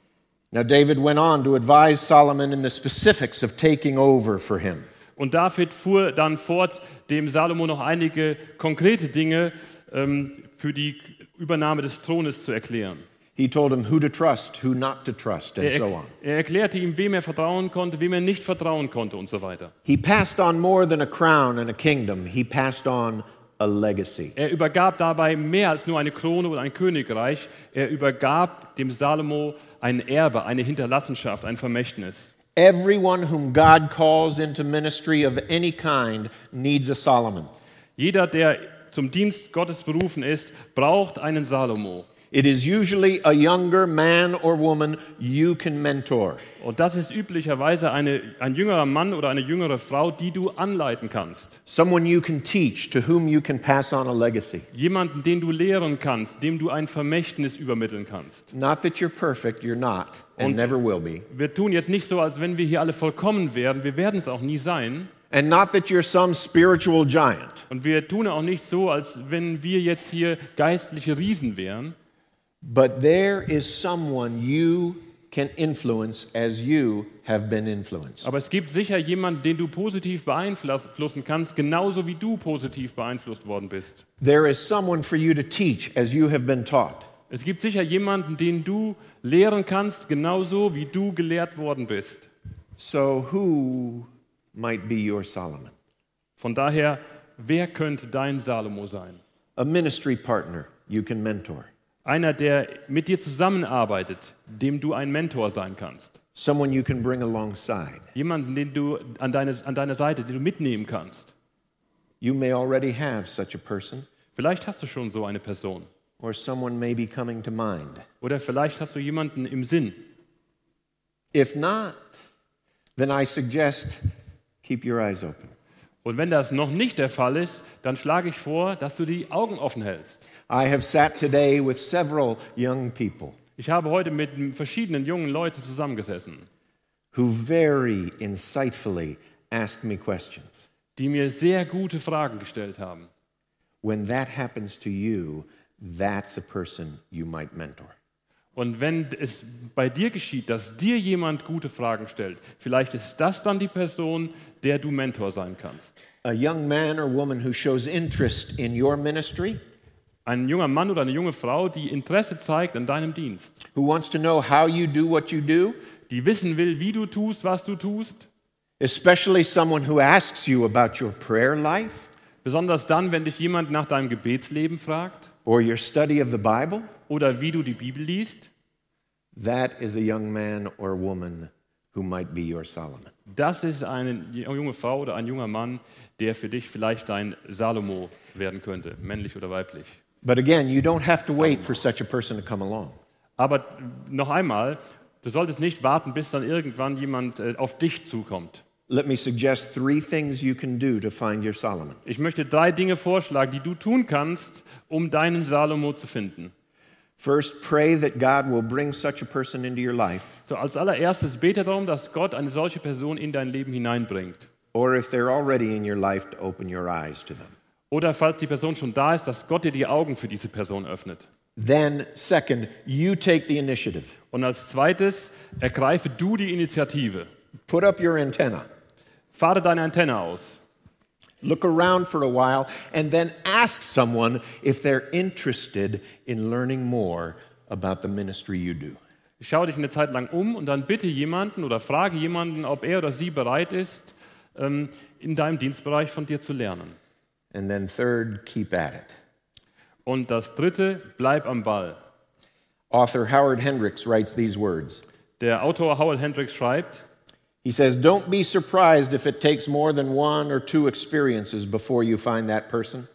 Now, David went on to advise Solomon in the specifics of taking over for him. Und David fuhr dann fort, dem Salomo noch einige konkrete Dinge ähm, für die Übernahme des Thrones zu erklären. He told him who to trust, who not to trust, and Er, so erk- on. er erklärte ihm, wem er vertrauen konnte, wem er nicht vertrauen konnte und so weiter. He passed on more than a crown and a kingdom, he passed on a legacy. Er übergab dabei mehr als nur eine Krone und ein Königreich. Er übergab dem Salomo ein Erbe, eine Hinterlassenschaft, ein Vermächtnis. Everyone whom God calls into ministry of any kind needs a Solomon. Jeder, der zum Dienst Gottes berufen ist, braucht einen Salomo. It is usually a younger man or woman you can mentor. Und das ist üblicherweise eine, ein jüngerer Mann oder eine jüngere Frau, die du anleiten kannst. Someone you can teach, to whom you can pass on a legacy. Jemanden, den du lehren kannst, dem du ein Vermächtnis übermitteln kannst. Not that you're perfect, you're not, and Und- never will be. Wir tun jetzt nicht so, als wenn wir hier alle vollkommen wären. Wir werden es auch nie sein. And not that you're some spiritual giant, Und wir tun auch nicht so, als wenn wir jetzt hier geistliche Riesen wären. but there is someone you can influence as you have been influenced. Aber es gibt sicher jemanden, den du positiv beeinflussen kannst, genauso wie du positiv beeinflusst worden bist. There is someone for you to teach as you have been taught. Es gibt sicher jemanden, den du lehren kannst, genauso wie du gelehrt worden bist. So, who might be your Solomon? Von daher, wer könnte dein Salomo sein? A ministry partner you can mentor, Einer, der mit dir zusammenarbeitet, dem du ein Mentor sein kannst. someone you can bring alongside. Jemanden, den du an, deine, an deiner Seite, den du mitnehmen kannst. You may already have such a person, Vielleicht hast du schon so eine Person. or someone may be coming to mind. Oder vielleicht hast du jemanden im Sinn. If not, then I suggest keep your eyes open. Und wenn das noch nicht der Fall ist, dann schlage ich vor, dass du die Augen offen hältst. I have sat today with several young people Ich habe heute mit verschiedenen jungen Leuten zusammengesessen, who very insightfully asked me questions. die mir sehr gute Fragen gestellt haben. When that happens to you, that's a person you might mentor. Und wenn es bei dir geschieht, dass dir jemand gute Fragen stellt, vielleicht ist das dann die Person, der du Mentor sein kannst. A young man or woman who shows interest in your ministry, Ein junger Mann oder eine junge Frau, die Interesse zeigt an deinem Dienst, who wants to know how you do what you do, die wissen will, wie du tust, was du tust, especially someone who asks you about your prayer life besonders dann, wenn dich jemand nach deinem Gebetsleben fragt or your study of the Bible, oder wie du die Bibel liest. that is a young man or woman who might be your Solomon. Das ist eine junge Frau oder ein junger Mann, der für dich vielleicht dein Salomo werden könnte, männlich oder weiblich. But again, you don't have to wait for such a person to come along. Aber noch einmal, du solltest nicht warten, bis dann irgendwann jemand äh, auf dich zukommt. Let me suggest three things you can do to find your Solomon. Ich möchte drei Dinge vorschlagen, die du tun kannst, um deinen Salomo zu finden. First, pray that God will bring such a person into your life, So als allererstes bete darum, dass Gott eine solche Person in dein Leben hineinbringt. or if they're already in your life, to open your eyes to them. Oder falls die Person schon da ist, dass Gott dir die Augen für diese Person öffnet. Then, second, you take the initiative. Und als zweites, ergreife du die Initiative. Put up your antenna. Fahre deine Antenne aus. Look around for a while and then ask someone if they're interested in learning more about the ministry you do. schau dich eine Zeit lang um und dann bitte jemanden oder frage jemanden, ob er oder sie bereit ist, ähm, in deinem Dienstbereich von dir zu lernen. And then, third, keep at it. Und das dritte, bleib am Ball. Author Howard Hendricks writes these words Der Autor Howell Hendricks schreibt, He says, Don't be surprised if it takes more than one or two experiences before you find that person.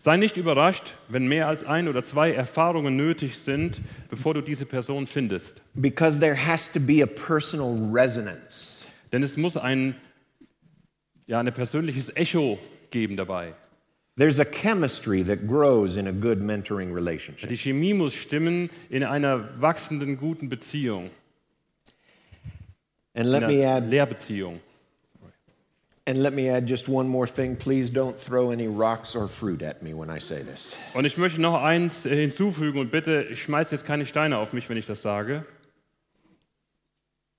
sei nicht überrascht, wenn mehr als ein oder zwei Erfahrungen nötig sind, bevor du diese Person findest. Because there has to be a personal resonance. Denn es muss ein, ja, ein persönliches Echo geben dabei. There's a chemistry that grows in a good mentoring relationship. Die Chemie muss stimmen in einer wachsenden, guten Beziehung, And let einer me add Lehrbeziehung. and let me add just one more thing. Please don't throw any rocks or fruit at me when I say this. Und ich möchte noch eins äh, hinzufügen und bitte schmeißt jetzt keine Steine auf mich, wenn ich das sage.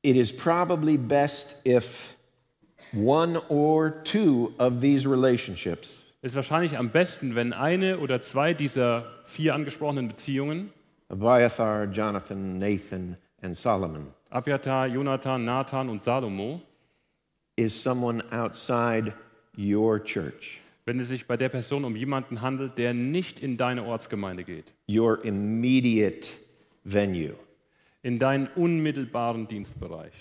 It is probably best if one or two of these relationships Es ist wahrscheinlich am besten, wenn eine oder zwei dieser vier angesprochenen Beziehungen, Abiathar, Jonathan, Nathan, and Solomon Abiatar, Jonathan, Nathan und Salomo, is someone outside your church, wenn es sich bei der Person um jemanden handelt, der nicht in deine Ortsgemeinde geht, your immediate venue. in deinen unmittelbaren Dienstbereich.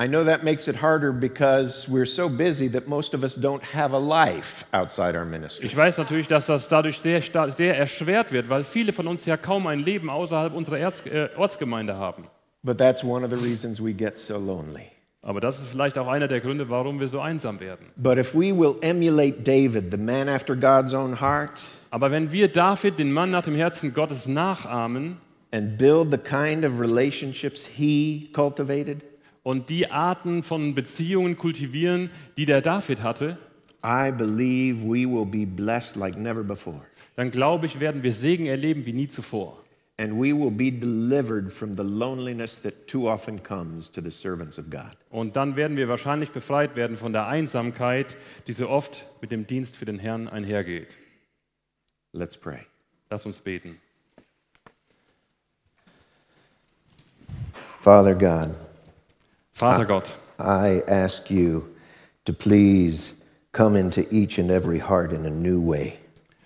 I know that makes it harder because we're so busy that most of us don't have a life outside our ministry. Ich weiß natürlich, dass das dadurch sehr, sta- sehr erschwert wird, weil viele von uns ja kaum ein Leben außerhalb unserer Erz äh, Ortsgemeinde haben. But that's one of the reasons we get so lonely. Aber das ist vielleicht auch einer der Gründe, warum wir so einsam werden. But if we will emulate David, the man after God's own heart, Aber wenn wir David, den Mann nach dem Herzen Gottes, nachahmen and build the kind of relationships he cultivated, und die Arten von Beziehungen kultivieren, die der David hatte, I believe we will be blessed like never before. dann glaube ich, werden wir Segen erleben wie nie zuvor. And we will be delivered from the loneliness that too often comes to the servants of God. Und dann werden wir wahrscheinlich befreit werden von der Einsamkeit, die so oft mit dem Dienst für den Herrn einhergeht. Let's pray. Lass uns beten. Father God, Vater Gott, I ask you to please come into each and every heart in a new way.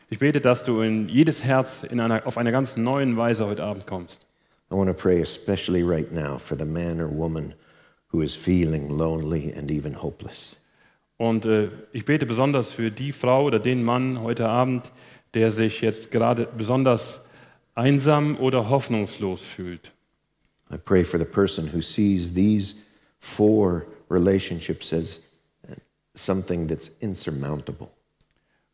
ich bete, dass du in jedes Herz in einer, auf einer ganz neuen Weise heute Abend kommst. I want to pray especially right now for the man or woman who is feeling lonely and even hopeless. Und äh, ich bete besonders für die Frau oder den Mann heute Abend, der sich jetzt gerade besonders einsam oder hoffnungslos fühlt. I pray for the person who sees these four relationships as something that's insurmountable.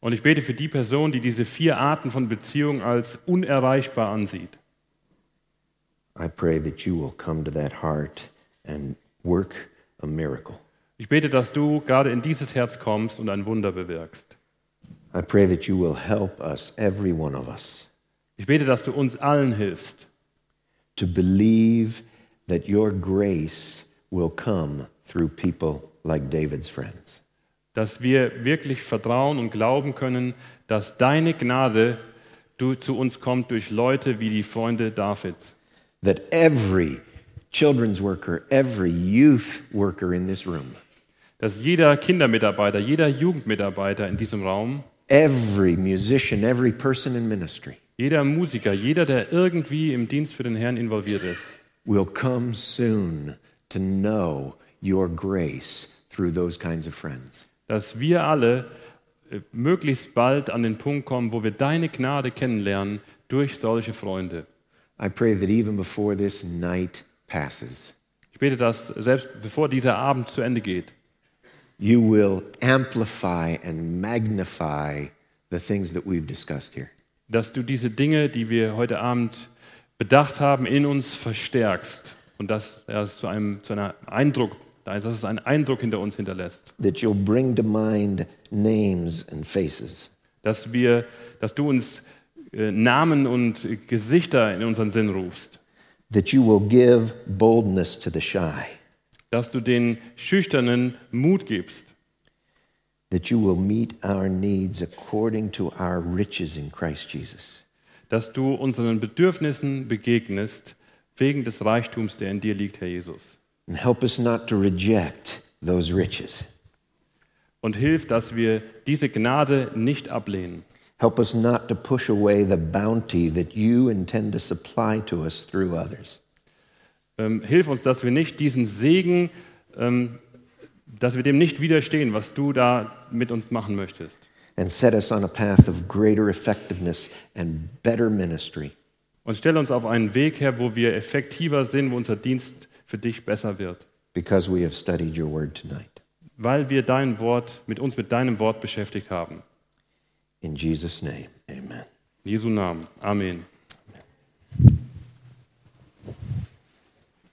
Und ich bete für die Person, die diese vier Arten von Beziehung als unerreichbar ansieht. I pray that you will come to that heart and work a miracle. Ich bete, dass du gerade in dieses Herz kommst und ein Wunder bewirkst. I pray that you will help us, every one of us, Ich bete, dass du uns allen hilfst, to believe that your grace will come through people like David's friends. dass wir wirklich vertrauen und glauben können, dass deine Gnade du, zu uns kommt durch Leute wie die Freunde Davids. That every children's worker, every youth worker in this room, Dass jeder Kindermitarbeiter, jeder Jugendmitarbeiter in diesem Raum, every musician, every person in ministry jeder Musiker, jeder, der irgendwie im Dienst für den Herrn involviert ist, will come soon to know your grace through those kinds of friends. dass wir alle äh, möglichst bald an den Punkt kommen, wo wir deine Gnade kennenlernen durch solche Freunde. I pray that even before this night passes, Ich bete, dass selbst bevor dieser Abend zu Ende geht, you will amplify and magnify the things that we've discussed here. dass du diese Dinge, die wir heute Abend bedacht haben, in uns verstärkst und dass es zu einem zu einer Eindruck, dass es einen Eindruck hinter uns hinterlässt, That you'll bring to mind names and faces. dass wir, dass du uns äh, Namen und äh, Gesichter in unseren Sinn rufst, That you will give boldness to the shy. dass du den Schüchternen Mut gibst, That you will meet our needs according to our riches in Christ Jesus. dass du unseren Bedürfnissen begegnest wegen des Reichtums, der in dir liegt, Herr Jesus. And help us not to reject those riches. Und hilf, dass wir diese Gnade nicht ablehnen. Help us not to push away the bounty that you intend to supply to us through others. Ähm, hilf uns, dass wir nicht diesen Segen, ähm, dass wir dem nicht widerstehen, was du da mit uns machen möchtest. And set us on a path of greater effectiveness and better ministry. Und stell uns auf einen Weg her, wo wir effektiver sind, wo unser Dienst für dich besser wird, because we have studied your word tonight. weil wir dein Wort mit uns mit deinem Wort beschäftigt haben. In Jesus' name, amen. In Jesu Namen. Amen.